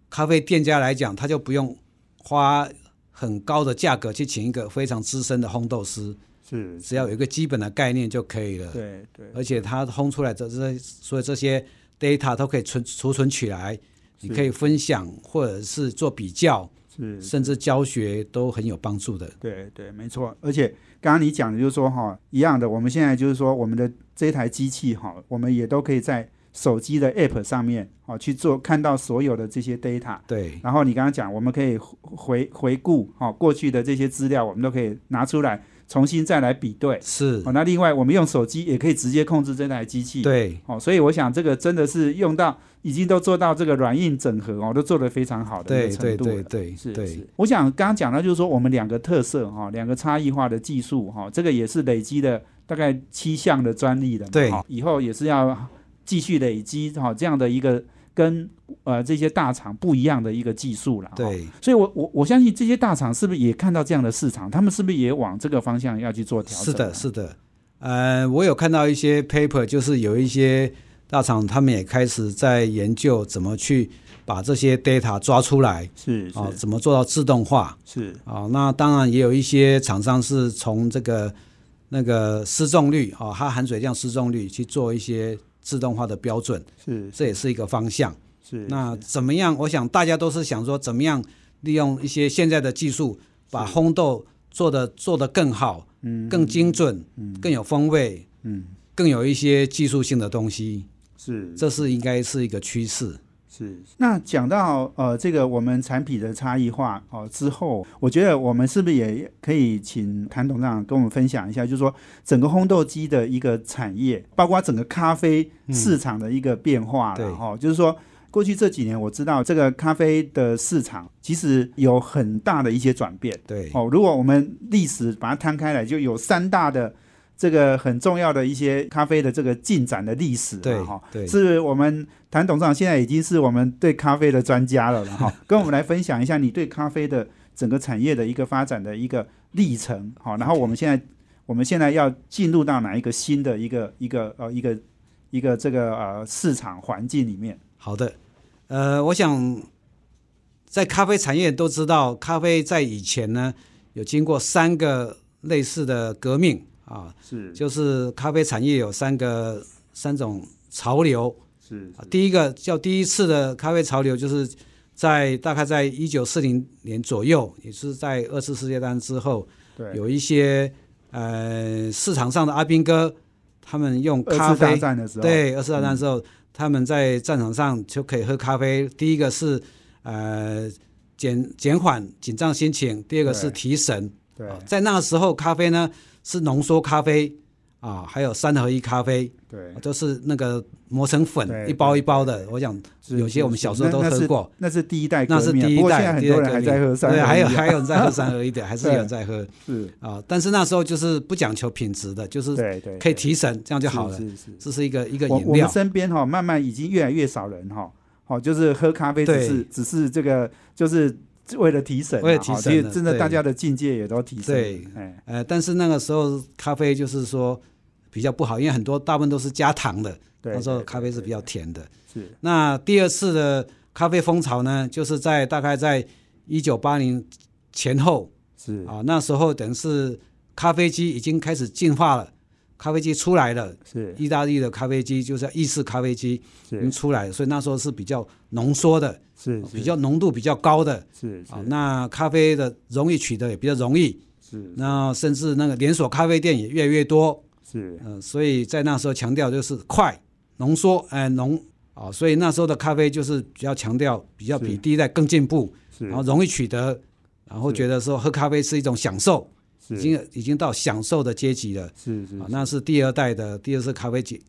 Speaker 4: 咖啡店家来讲，他就不用花很高的价格去请一个非常资深的烘豆师，
Speaker 2: 是
Speaker 4: 只要有一个基本的概念就可以了。
Speaker 2: 对对
Speaker 4: 而且它烘出来的这所以这些 data 都可以存储存起来，你可以分享或者是做比较，
Speaker 2: 是
Speaker 4: 甚至教学都很有帮助的。
Speaker 2: 对对，没错。而且刚刚你讲的就是说哈，一样的，我们现在就是说我们的这台机器哈，我们也都可以在手机的 App 上面哦去做看到所有的这些 data。
Speaker 4: 对，
Speaker 2: 然后你刚刚讲，我们可以回回回顾哦过去的这些资料，我们都可以拿出来重新再来比对。
Speaker 4: 是
Speaker 2: 哦，，那另外我们用手机也可以直接控制这台机器。，
Speaker 4: 对，
Speaker 2: 哦，所以我想这个真的是用到已经都做到这个软硬整合哦，都做得非常好的一个
Speaker 4: 对，
Speaker 2: 程
Speaker 4: 对，
Speaker 2: 度了
Speaker 4: 对，对，
Speaker 2: 是
Speaker 4: 对
Speaker 2: 是，，我想刚刚讲到就是说我们两个特色哈、两个差异化的技术哈、这个也是累积的大概七项的专利了嘛，
Speaker 4: 对
Speaker 2: 哈以后也是要继续累积哈、这样的一个跟呃这些大厂不一样的一个技术了，哈。
Speaker 4: 对，
Speaker 2: 所以我我我相信这些大厂是不是也看到这样的市场，他们是不是也往这个方向要去做调整？啊
Speaker 4: 是的，，是的。呃，我有看到一些 paper，就是有一些大厂他们也开始在研究怎么去把这些 data 抓出来
Speaker 2: 是
Speaker 4: 啊、
Speaker 2: 是
Speaker 4: 怎么做到自动化。哦
Speaker 2: 是
Speaker 4: 啊、那当然也有一些厂商是从这个那个失重率哦，它含水量失重率去做一些自动化的标准，
Speaker 2: 是
Speaker 4: 这也是一个方向。
Speaker 2: 是
Speaker 4: 那
Speaker 2: 是
Speaker 4: 怎么样？我想大家都是想说，怎么样利用一些现在的技术，把烘豆做的做得更好、
Speaker 2: 嗯
Speaker 4: 更精准、更有风味、
Speaker 2: 嗯
Speaker 4: 更有一些技术性的东西，
Speaker 2: 是
Speaker 4: 这是应该是一个趋势。
Speaker 2: 是。那讲到呃这个我们产品的差异化哦、之后，我觉得我们是不是也可以请谭董事长跟我们分享一下，就是说整个烘豆机的一个产业，包括整个咖啡市场的一个变化
Speaker 4: 对
Speaker 2: 了哈、哦就是说。过去这几年，我知道这个咖啡的市场其实有很大的一些转变。
Speaker 4: 对，
Speaker 2: 哦，如果我们历史把它摊开来，就有三大的这个很重要的一些咖啡的这个进展的历史
Speaker 4: 对
Speaker 2: 了哈。
Speaker 4: 对
Speaker 2: 是我们谭董事长现在已经是我们对咖啡的专家了了 哈，跟我们来分享一下你对咖啡的整个产业的一个发展的一个历程，好，然后我们现在我们现在要进入到哪一个新的一个一个呃一个一个这个呃市场环境里面？
Speaker 4: 好的。呃，我想在咖啡产业都知道，咖啡在以前呢有经过三个类似的革命啊，
Speaker 2: 是
Speaker 4: 就是咖啡产业有三个三种潮流。
Speaker 2: 是
Speaker 4: 啊第一个叫第一次的咖啡潮流，就是在大概在一九四零年左右，也是在二次世界大战之后，
Speaker 2: 对，
Speaker 4: 有一些呃市场上的阿兵哥，他们用咖
Speaker 2: 二次大
Speaker 4: 啡，
Speaker 2: 战的嗯时候，
Speaker 4: 对，二次大战之后，他们在战场上就可以喝咖啡。第一个是呃减减缓紧张心情，第二个是
Speaker 2: 对
Speaker 4: 提神。
Speaker 2: 对
Speaker 4: 啊在那个时候，咖啡呢是浓缩咖啡啊，还有三合一咖啡。
Speaker 2: 对
Speaker 4: 都是那个磨成粉
Speaker 2: 对
Speaker 4: 一包一包的。我想
Speaker 2: 是
Speaker 4: 有些我们
Speaker 2: 是
Speaker 4: 小
Speaker 2: 是
Speaker 4: 时候都
Speaker 2: 那那
Speaker 4: 喝
Speaker 2: 是
Speaker 4: 过
Speaker 2: 那是第一代革
Speaker 4: 那
Speaker 2: 命啊，
Speaker 4: 是第一
Speaker 2: 不过现
Speaker 4: 代，
Speaker 2: 在很
Speaker 4: 第二
Speaker 2: 多人
Speaker 4: 代
Speaker 2: 还在喝三合一
Speaker 4: 对，
Speaker 2: 啊，
Speaker 4: 还有还有人在喝三合一 的，还是有人
Speaker 2: 对
Speaker 4: 在喝
Speaker 2: 是，
Speaker 4: 啊。但是那时候就是不讲求品质的，就是
Speaker 2: 对对，
Speaker 4: 可
Speaker 2: 对
Speaker 4: 以提神，这样就好了。
Speaker 2: 是是是，
Speaker 4: 这是一个一个
Speaker 2: 我
Speaker 4: 饮
Speaker 2: 我们
Speaker 4: 料，
Speaker 2: 身边哈、慢慢已经越来越少人哈、好、就是喝咖啡只
Speaker 4: 对
Speaker 2: 是只是这个就是为了提神啊、
Speaker 4: 为了提
Speaker 2: 好
Speaker 4: 神
Speaker 2: 其实
Speaker 4: 了
Speaker 2: 真的
Speaker 4: 对
Speaker 2: 大家的境界也都提升了，
Speaker 4: 对
Speaker 2: 哎，
Speaker 4: 呃，但是那个时候咖啡就是说比较不好，因为很多大部分都是加糖的，
Speaker 2: 对，
Speaker 4: 那时候
Speaker 2: 对
Speaker 4: 咖啡是
Speaker 2: 对
Speaker 4: 比较甜的。
Speaker 2: 是
Speaker 4: 那第二次的咖啡风潮呢，就是在大概在一九八零前后，
Speaker 2: 是
Speaker 4: 啊，那时候等于是咖啡机已经开始进化了，咖啡机出来了，
Speaker 2: 是
Speaker 4: 意大利的咖啡机就是意式咖啡机已经
Speaker 2: 是
Speaker 4: 出来了，所以那时候是比较浓缩的，
Speaker 2: 是
Speaker 4: 嗯比较浓度比较高的
Speaker 2: 是是
Speaker 4: 啊。那咖啡的容易取得也比较容易，
Speaker 2: 是
Speaker 4: 那甚至那个连锁咖啡店也越来越多，
Speaker 2: 是
Speaker 4: 嗯、所以在那时候强调就是快浓缩，哎浓啊，所以那时候的咖啡就是比较强调比较比
Speaker 2: 是
Speaker 4: 第一代更进步，
Speaker 2: 是，
Speaker 4: 然后容易取得，然后
Speaker 2: 是
Speaker 4: 觉得说喝咖啡是一种享受。
Speaker 2: 是
Speaker 4: 已经已经到享受的阶级了
Speaker 2: 是是
Speaker 4: 啊，那是第二代的第二次咖啡机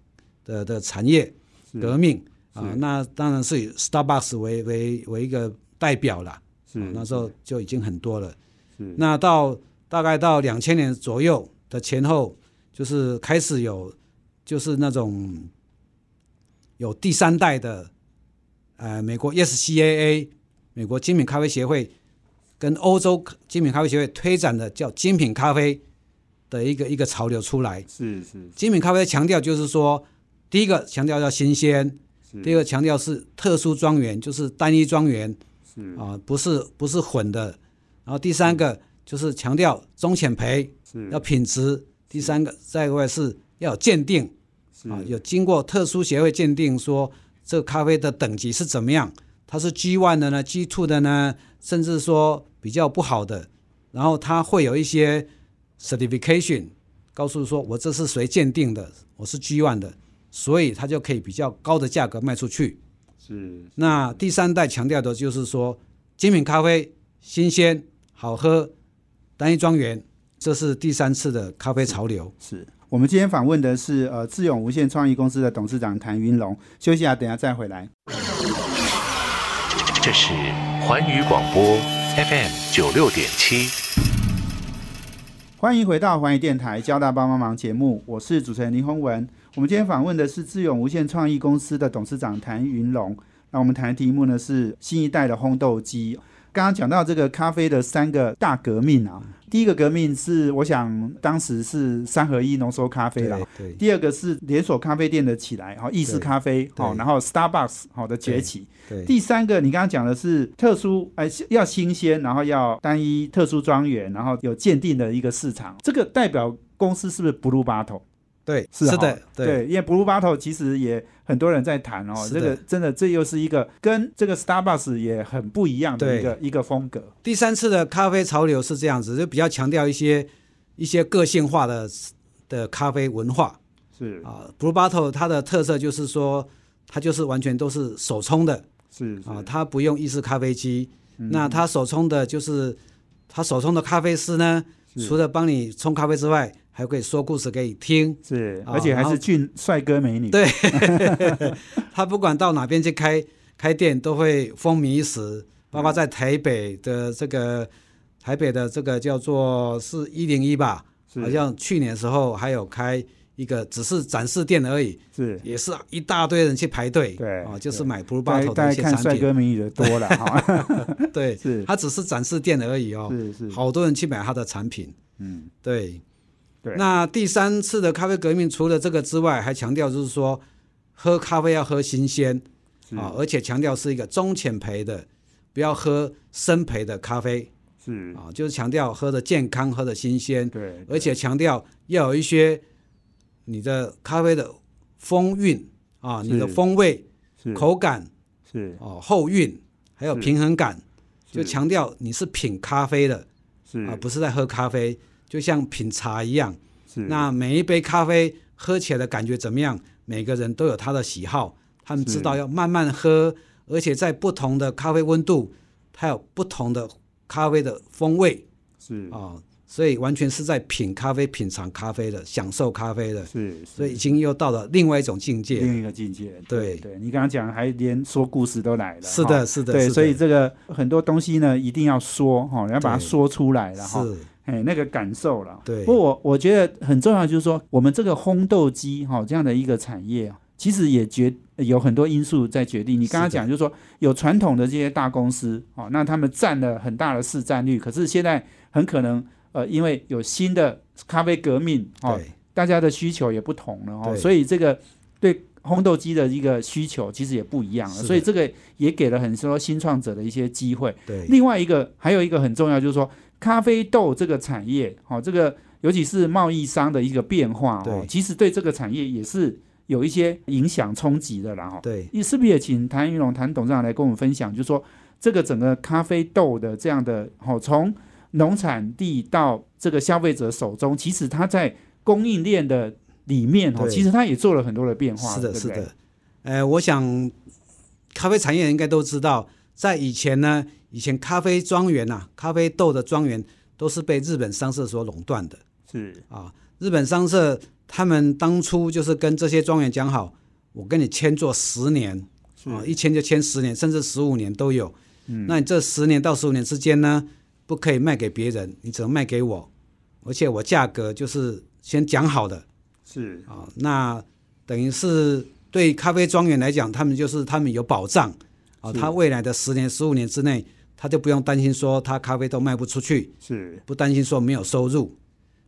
Speaker 4: 的的产业
Speaker 2: 是
Speaker 4: 革命
Speaker 2: 是
Speaker 4: 啊，那当然是以 Starbucks 为为为一个代表了、
Speaker 2: 是
Speaker 4: 啊那时候就已经很多了。
Speaker 2: 是
Speaker 4: 那到大概到两千年左右的前后，就是开始有就是那种有第三代的，呃，美国 SCAA 美国精品咖啡协会跟欧洲精品咖啡协会推展的叫精品咖啡的一个一个潮流出来。
Speaker 2: 是是
Speaker 4: 精品咖啡强调就是说，第一个强调要新鲜，
Speaker 2: 是
Speaker 4: 第二个强调是特殊庄园，就是单一庄园，
Speaker 2: 是
Speaker 4: 啊，不是不是混的。然后第三个就是强调中浅培
Speaker 2: 是
Speaker 4: 要品质，第三个再外是要有鉴定
Speaker 2: 是
Speaker 4: 啊，有经过特殊协会鉴定说这个咖啡的等级是怎么样，它是 G one 的呢，G two 的呢，甚至说比较不好的，然后它会有一些 certification 告诉说我这是谁鉴定的，我是 G one 的，所以它就可以比较高的价格卖出去。
Speaker 2: 是
Speaker 4: 那第三代强调的就是说，精品咖啡新鲜、好喝、单一庄园，这是第三次的咖啡潮流。
Speaker 2: 是我们今天访问的是呃智勇无限创意公司的董事长谭云龙，休息一下，等一下再回来。
Speaker 5: 这是环宇广播 FM 九六点七。
Speaker 2: 欢迎回到环宇电台《交大帮帮忙》节目，我是主持人林宏文。我们今天访问的是智勇无限创意公司的董事长谭云龙。那我们谈的题目呢是新一代的烘豆机。刚刚讲到这个咖啡的三个大革命啊，第一个革命是我想当时是三合一浓缩咖啡啦，
Speaker 4: 对
Speaker 2: 第二个是连锁咖啡店的起来，哦好、意式
Speaker 4: 对
Speaker 2: 咖啡，好、
Speaker 4: 对
Speaker 2: 然后 Starbucks 好、的崛起，
Speaker 4: 对对
Speaker 2: 第三个，你刚刚讲的是特殊，哎、要新鲜，然后要单一特殊庄园，然后有鉴定的一个市场，这个代表公司是不是 Blue Bottle？
Speaker 4: 对，
Speaker 2: 是哈
Speaker 4: 的，啊对，
Speaker 2: 因为 Blue Bottle 其实也很多人在谈哦，
Speaker 4: 是
Speaker 2: 这
Speaker 4: 的
Speaker 2: 个真的这又是一个跟这个 Starbucks 也很不一样的
Speaker 4: 对
Speaker 2: 一个一个风格。
Speaker 4: 第三次的咖啡潮流是这样子，就比较强调一些一些个性化的的咖啡文化
Speaker 2: 是
Speaker 4: 啊。Blue Bottle 它的特色就是说，它就是完全都是手冲的
Speaker 2: 是是嗯
Speaker 4: 啊，它不用意式咖啡机。那它手冲的就是它手冲的咖啡师呢，
Speaker 2: 是
Speaker 4: 除了帮你冲咖啡之外，还可以说故事给你听。
Speaker 2: 是，
Speaker 4: 啊
Speaker 2: 而且还
Speaker 4: 然后
Speaker 2: 是俊帅哥美女。
Speaker 4: 对 他不管到哪边去开开店，都会风靡一
Speaker 2: 嗯
Speaker 4: 时。包括在台北的这个台北的这个叫做是一零一吧，
Speaker 2: 是
Speaker 4: 好像去年的时候还有开一个，只是展示店而已，
Speaker 2: 是，
Speaker 4: 也是一大堆人去排队。
Speaker 2: 对
Speaker 4: 哦，就是
Speaker 2: 对
Speaker 4: 买 Blue
Speaker 2: 大家
Speaker 4: Bottle
Speaker 2: 大
Speaker 4: 的一
Speaker 2: 家
Speaker 4: 些
Speaker 2: 看
Speaker 4: 产
Speaker 2: 帅
Speaker 4: 品。
Speaker 2: 哥美女的多 了哈。
Speaker 4: 对，
Speaker 2: 是
Speaker 4: 它只是展示店而已哦。
Speaker 2: 是是，
Speaker 4: 好多人去买它的产品。
Speaker 2: 嗯，
Speaker 4: 对，
Speaker 2: 对
Speaker 4: 那第三次的咖啡革命，除了这个之外，还强调就是说，喝咖啡要喝新鲜
Speaker 2: 是
Speaker 4: 啊、而且强调是一个中浅焙的，不要喝深焙的咖啡
Speaker 2: 是，
Speaker 4: 啊、就是强调喝的健康，喝的新鲜，
Speaker 2: 嗯对，
Speaker 4: 而且强调要有一些你的咖啡的风韵啊、
Speaker 2: 是
Speaker 4: 你的风味、
Speaker 2: 是
Speaker 4: 口感
Speaker 2: 是
Speaker 4: 哦、后韵，还有
Speaker 2: 是
Speaker 4: 平衡感，
Speaker 2: 是
Speaker 4: 就强调你是品咖啡的
Speaker 2: 是
Speaker 4: 啊、不是在喝咖啡，就像品茶一样。
Speaker 2: 是
Speaker 4: 那每一杯咖啡喝起来的感觉怎么样？每个人都有他的喜好，他们知道要慢慢喝，而且在不同的咖啡温度，它有不同的咖啡的风味
Speaker 2: 是
Speaker 4: 啊、所以完全是在品咖啡、品尝咖啡的，享受咖啡的，
Speaker 2: 是，
Speaker 4: 所以
Speaker 2: 是
Speaker 4: 已经又到了另外一种境界。
Speaker 2: 另一个境界。
Speaker 4: 对
Speaker 2: 对你刚刚讲还连说故事都来了，
Speaker 4: 是
Speaker 2: 哈
Speaker 4: 的，。是的，
Speaker 2: 对，
Speaker 4: 是的
Speaker 2: 所以这个很多东西呢，一定要说哈，要把它
Speaker 4: 对
Speaker 2: 说出来了哈。
Speaker 4: 是
Speaker 2: 哎，那个感受了。
Speaker 4: 对
Speaker 2: 不过我我觉得很重要，就是说我们这个烘豆机哈、这样的一个产业，其实也决有很多因素在决定。你刚刚
Speaker 4: 是的
Speaker 2: 讲就是说有传统的这些大公司哦，那他们占了很大的市占率，可是现在很可能呃，因为有新的咖啡革命哦，
Speaker 4: 对
Speaker 2: 大家的需求也不同了哦，
Speaker 4: 对
Speaker 2: 所以这个对。烘豆机的一个需求其实也不一样了，
Speaker 4: 是的
Speaker 2: 所以这个也给了很多新创者的一些机会。
Speaker 4: 对
Speaker 2: 另外一个还有一个很重要，就是说咖啡豆这个产业，哦，这个尤其是贸易商的一个变化哦
Speaker 4: 对，
Speaker 2: 其实对这个产业也是有一些影响冲击的啦哈。哦
Speaker 4: 对
Speaker 2: 你是不是也请谭云龙谭董事长来跟我们分享，就是说这个整个咖啡豆的这样的哦，从农产地到这个消费者手中，其实它在供应链的里面哦，
Speaker 4: 对
Speaker 2: 其实它也做了很多的变化，
Speaker 4: 是的，
Speaker 2: 对
Speaker 4: 是
Speaker 2: 不对
Speaker 4: 的。呃，我想咖啡产业人应该都知道，在以前呢，以前咖啡庄园呐、啊咖啡豆的庄园都是被日本商社所垄断的
Speaker 2: 是
Speaker 4: 啊。日本商社他们当初就是跟这些庄园讲好，我跟你签做十年啊，一签就签十年，甚至十五年都有。嗯，那你这十年到十五年之间呢，不可以卖给别人，你只能卖给我，而且我价格就是先讲好的。
Speaker 2: 是
Speaker 4: 啊、那等于是对咖啡庄园来讲，他们就是他们有保障啊、
Speaker 2: 是
Speaker 4: 他未来的十年、十五年之内，他就不用担心说他咖啡都卖不出去，
Speaker 2: 是
Speaker 4: 不担心说没有收入。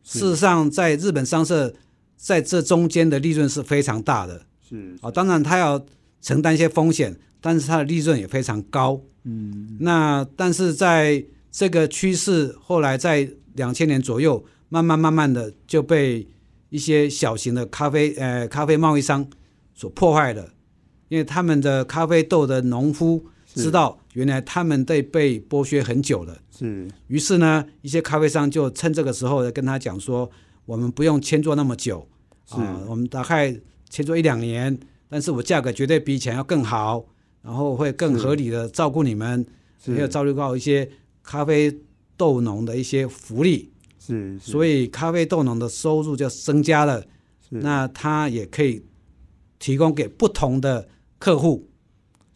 Speaker 2: 是
Speaker 4: 事实上，在日本商社在这中间的利润是非常大的
Speaker 2: 是
Speaker 4: 啊、当然他要承担一些风险，但是他的利润也非常高。嗯，那但是在这个趋势后来在两千年左右，慢慢慢慢的就被一些小型的咖啡呃咖啡贸易商所破坏了，因为他们的咖啡豆的农夫
Speaker 2: 是
Speaker 4: 知道原来他们被被剥削很久了，
Speaker 2: 是
Speaker 4: 于是呢，一些咖啡商就趁这个时候跟他讲说，我们不用签做那么久，
Speaker 2: 是
Speaker 4: 啊、我们大概签做一两年，但是我价格绝对比以前要更好，然后会更
Speaker 2: 是
Speaker 4: 合理的照顾你们，
Speaker 2: 是
Speaker 4: 也有照顾到一些咖啡豆农的一些福利。
Speaker 2: 是，
Speaker 4: 所
Speaker 2: 以
Speaker 4: 以咖啡豆农的收入就增加了，那它也可以提供给不同的客户。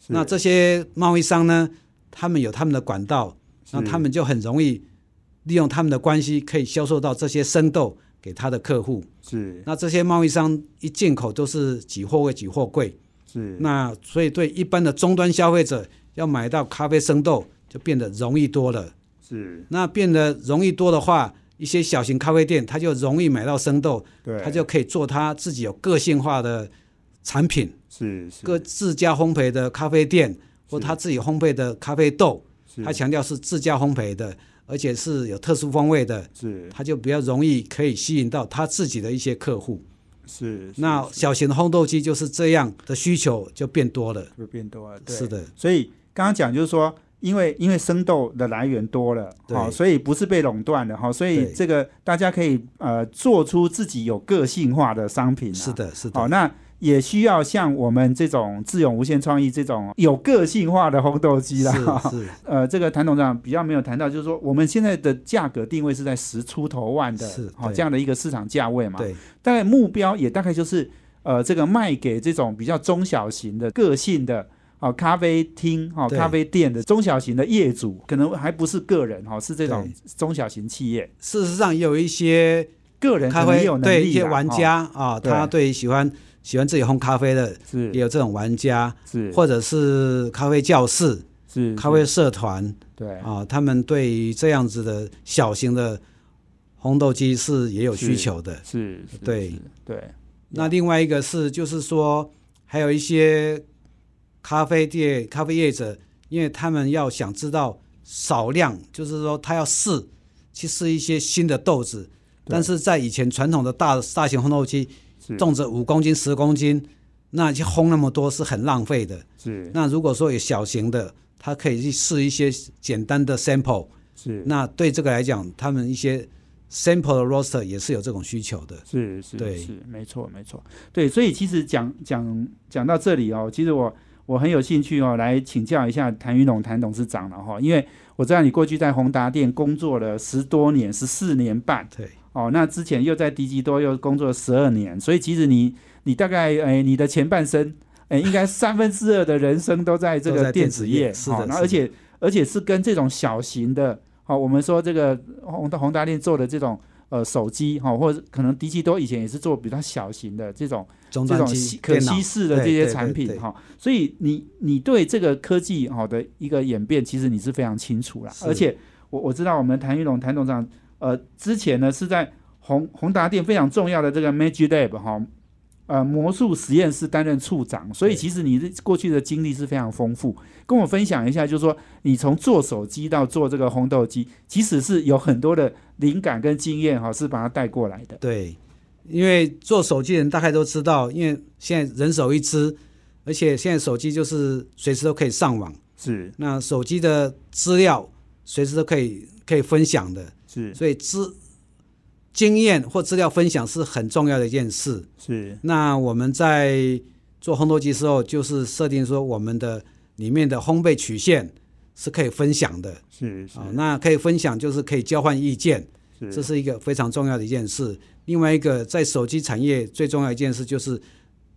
Speaker 4: 那这些贸易商呢，他们有他们的管道，那他们就很容易利用他们的关系，可以销售到这些生豆给他的客户。
Speaker 2: 是
Speaker 4: 那这些贸易商一进口都是几货柜几货柜，
Speaker 2: 是
Speaker 4: 那所以对一般的终端消费者要买到咖啡生豆就变得容易多了。
Speaker 2: 是，
Speaker 4: 那变得容易多的话，一些小型咖啡店它就容易买到生豆，
Speaker 2: 对，
Speaker 4: 它就可以做它自己有个性化的产品，
Speaker 2: 是是
Speaker 4: 各自家烘焙的咖啡店或
Speaker 2: 是
Speaker 4: 它自己烘焙的咖啡豆，
Speaker 2: 是
Speaker 4: 它强调是自家烘焙的，而且是有特殊风味的，
Speaker 2: 是
Speaker 4: 它就比较容易可以吸引到它自己的一些客户。
Speaker 2: 是，是
Speaker 4: 那
Speaker 2: 是
Speaker 4: 小型的烘豆机就是这样的需求就变多了。
Speaker 2: 会变多了，对
Speaker 4: 是的，
Speaker 2: 所以刚刚讲就是说，因为因为生豆的来源多了，
Speaker 4: 对
Speaker 2: 好、所以不是被垄断的哈、所以
Speaker 4: 对
Speaker 2: 这个大家可以呃做出自己有个性化的商品、啊，
Speaker 4: 是，的，是的。
Speaker 2: 好、那。也需要像我们这种智勇无限创意这种有个性化的烘豆机啦。哈
Speaker 4: 是是，
Speaker 2: 呃，这个谭董事长比较没有谈到，就是说我们现在的价格定位是在十出头万的
Speaker 4: 是，
Speaker 2: 好、
Speaker 4: 对
Speaker 2: 这样的一个市场价位嘛。
Speaker 4: 对，
Speaker 2: 大概目标也大概就是呃，这个卖给这种比较中小型的个性的。哦，咖啡厅、哦，
Speaker 4: 对
Speaker 2: 咖啡店的中小型的业主，可能还不是个人，哦，是这种
Speaker 4: 对
Speaker 2: 中小型企业，
Speaker 4: 事实上也有一些
Speaker 2: 个人
Speaker 4: 咖
Speaker 2: 可能也
Speaker 4: 啡
Speaker 2: 有能力啦
Speaker 4: 对一些玩、
Speaker 2: 哦
Speaker 4: 家啊，
Speaker 2: 对
Speaker 4: 他对喜欢喜欢自己烘咖啡的，
Speaker 2: 是
Speaker 4: 也有这种玩家，
Speaker 2: 是
Speaker 4: 或者是咖啡教室、
Speaker 2: 是
Speaker 4: 咖啡
Speaker 2: 是
Speaker 4: 社团
Speaker 2: 对
Speaker 4: 啊，他们对于这样子的小型的烘豆机是也有需
Speaker 2: 是
Speaker 4: 求的。
Speaker 2: 是是
Speaker 4: 对
Speaker 2: 是对
Speaker 4: 那另外一个是，就是说，还有一些咖啡店、咖啡业者，因为他们要想知道少量，就是说他要试去试一些新的豆子，
Speaker 2: 对
Speaker 4: 但是在以前传统的大大型烘豆机，
Speaker 2: 是
Speaker 4: 种植五公斤、十公斤，那去烘那么多是很浪费的。
Speaker 2: 是
Speaker 4: 那如果说有小型的，他可以去试一些简单的 sample，
Speaker 2: 是
Speaker 4: 那对这个来讲，他们一些 sample 的 roaster 也是有这种需求的。
Speaker 2: 是是
Speaker 4: 对
Speaker 2: 是，没错没错，对，所以其实讲讲讲到这里哦，其实我我很有兴趣哦，来请教一下谭云龙谭董事长了哈、因为我知道你过去在宏达店工作了十多年，十四年半
Speaker 4: 对。
Speaker 2: 哦，那之前又在迪吉多又工作十二年，所以其实你你大概哎你的前半生哎应该三分之二的人生都在这
Speaker 4: 都
Speaker 2: 个
Speaker 4: 在
Speaker 2: 电
Speaker 4: 电
Speaker 2: 子
Speaker 4: 子
Speaker 2: 业，
Speaker 4: 业是的
Speaker 2: 哦那
Speaker 4: 是
Speaker 2: 而且而且是跟这种小型的。好、我们说这个宏宏达店做的这种呃手机哈、或者可能迪奇多以前也是做比较小型的这种
Speaker 4: 终
Speaker 2: 这
Speaker 4: 端
Speaker 2: 种
Speaker 4: 机
Speaker 2: 稀、可
Speaker 4: 电脑
Speaker 2: 稀释的这
Speaker 4: 对
Speaker 2: 些
Speaker 4: 对
Speaker 2: 产
Speaker 4: 对
Speaker 2: 品
Speaker 4: 对
Speaker 2: 哈、所以你你对这个科技好、的一个演变，其实你是非常清楚啦。
Speaker 4: 是
Speaker 2: 而且我我知道我们谭玉龙谭董事长呃之前呢是在宏宏达店非常重要的这个 Magic Lab 哈、呃，魔术实验室担任处长，所以
Speaker 4: 对
Speaker 2: 其实你的过去的经历是非常丰富。跟我分享一下，就是说你从做手机到做这个烘豆机，其实是有很多的灵感跟经验哈、是把它带过来的。
Speaker 4: 对，因为做手机的人大概都知道，因为现在人手一支，而且现在手机就是随时都可以上网，
Speaker 2: 是
Speaker 4: 那手机的资料随时都可以可以分享的，
Speaker 2: 是
Speaker 4: 所以资经验或资料分享是很重要的一件事。
Speaker 2: 是
Speaker 4: 那我们在做烘豆机时候，就是设定说我们的里面的烘焙曲线是可以分享的
Speaker 2: 是
Speaker 4: 啊、那可以分享就是可以交换意见。这是一个非常重要的一件事。另外一个，在手机产业最重要一件事就是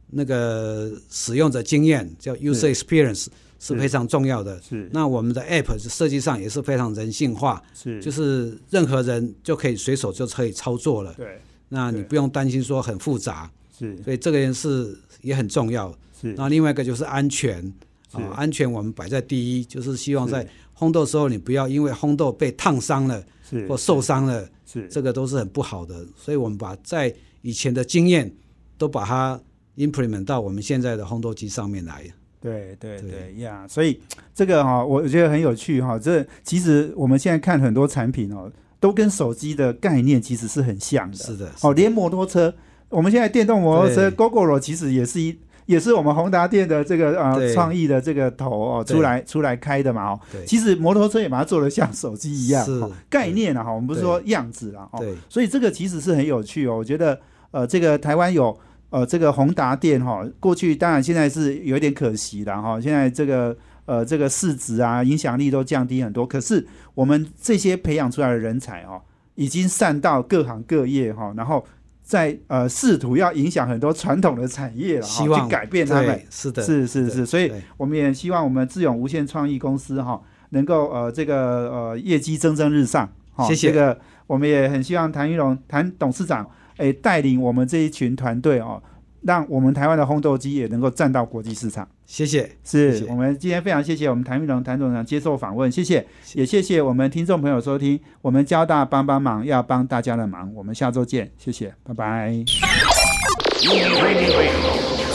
Speaker 4: 那个使用者经验，叫 user experience，是非常重要的。
Speaker 2: 是
Speaker 4: 那我们的 app 设计上也是非常人性化，
Speaker 2: 是
Speaker 4: 就是任何人就可以随手就可以操作了。
Speaker 2: 对
Speaker 4: 那你
Speaker 2: 对
Speaker 4: 不用担心说很复杂，
Speaker 2: 是
Speaker 4: 所以这个件事也很重要。
Speaker 2: 是
Speaker 4: 那另外一个就是安全。啊、
Speaker 2: 是
Speaker 4: 安全我们摆在第一，就是希望
Speaker 2: 是
Speaker 4: 在烘豆的时候，你不要因为烘豆被烫伤了
Speaker 2: 是
Speaker 4: 或受伤了，
Speaker 2: 是
Speaker 4: 这个都是很不好的，所以我们把在以前的经验都把它 implement 到我们现在的烘豆机上面来。
Speaker 2: 对对
Speaker 4: 对
Speaker 2: 对呀所以这个哈、我觉得很有趣哈、这其实我们现在看很多产品哦，都跟手机的概念其实是很像的。
Speaker 4: 是的，
Speaker 2: 哦，
Speaker 4: 是的
Speaker 2: 连摩托车，我们现在电动摩托车
Speaker 4: 对
Speaker 2: GoGoRo 其实也是一。也是我们宏达店的这个呃
Speaker 4: 对
Speaker 2: 创意的这个头哦，
Speaker 4: 对
Speaker 2: 出来出来开的嘛哦。
Speaker 4: 对
Speaker 2: 其实摩托车也把它做的像手机一样，
Speaker 4: 是
Speaker 2: 哦概念啊哈，我们不是说样子啦哦。
Speaker 4: 对
Speaker 2: 所以这个其实是很有趣哦。我觉得呃，这个台湾有呃这个宏达店哈、过去当然现在是有点可惜了哈、现在这个呃这个市值啊影响力都降低很多，可是我们这些培养出来的人才哦，已经散到各行各业哈、然后。在呃，试图要影响很多传统的产业了哈，
Speaker 4: 希望
Speaker 2: 去改变他们
Speaker 4: 对，是的，
Speaker 2: 是是
Speaker 4: 的
Speaker 2: 是，所以
Speaker 4: 对
Speaker 2: 我们也希望我们智勇无限创意公司哈、能够呃这个呃业绩蒸蒸日上。哈
Speaker 4: 谢
Speaker 2: 这
Speaker 4: 谢
Speaker 2: 个我们也很希望谭玉龙谭董事长诶带领我们这一群团队哦，让我们台湾的烘豆机也能够站到国际市场。
Speaker 4: 谢谢，
Speaker 2: 是
Speaker 4: 谢谢
Speaker 2: 我们今天非常谢谢我们谭玉龙谭董事长接受访问，谢谢，
Speaker 4: 谢
Speaker 2: 也谢谢我们听众朋友收听。我们交大帮帮忙，要帮大家的忙，我们下周见，谢谢，拜拜。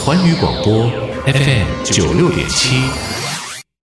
Speaker 5: 环宇广播 FM 九六点七。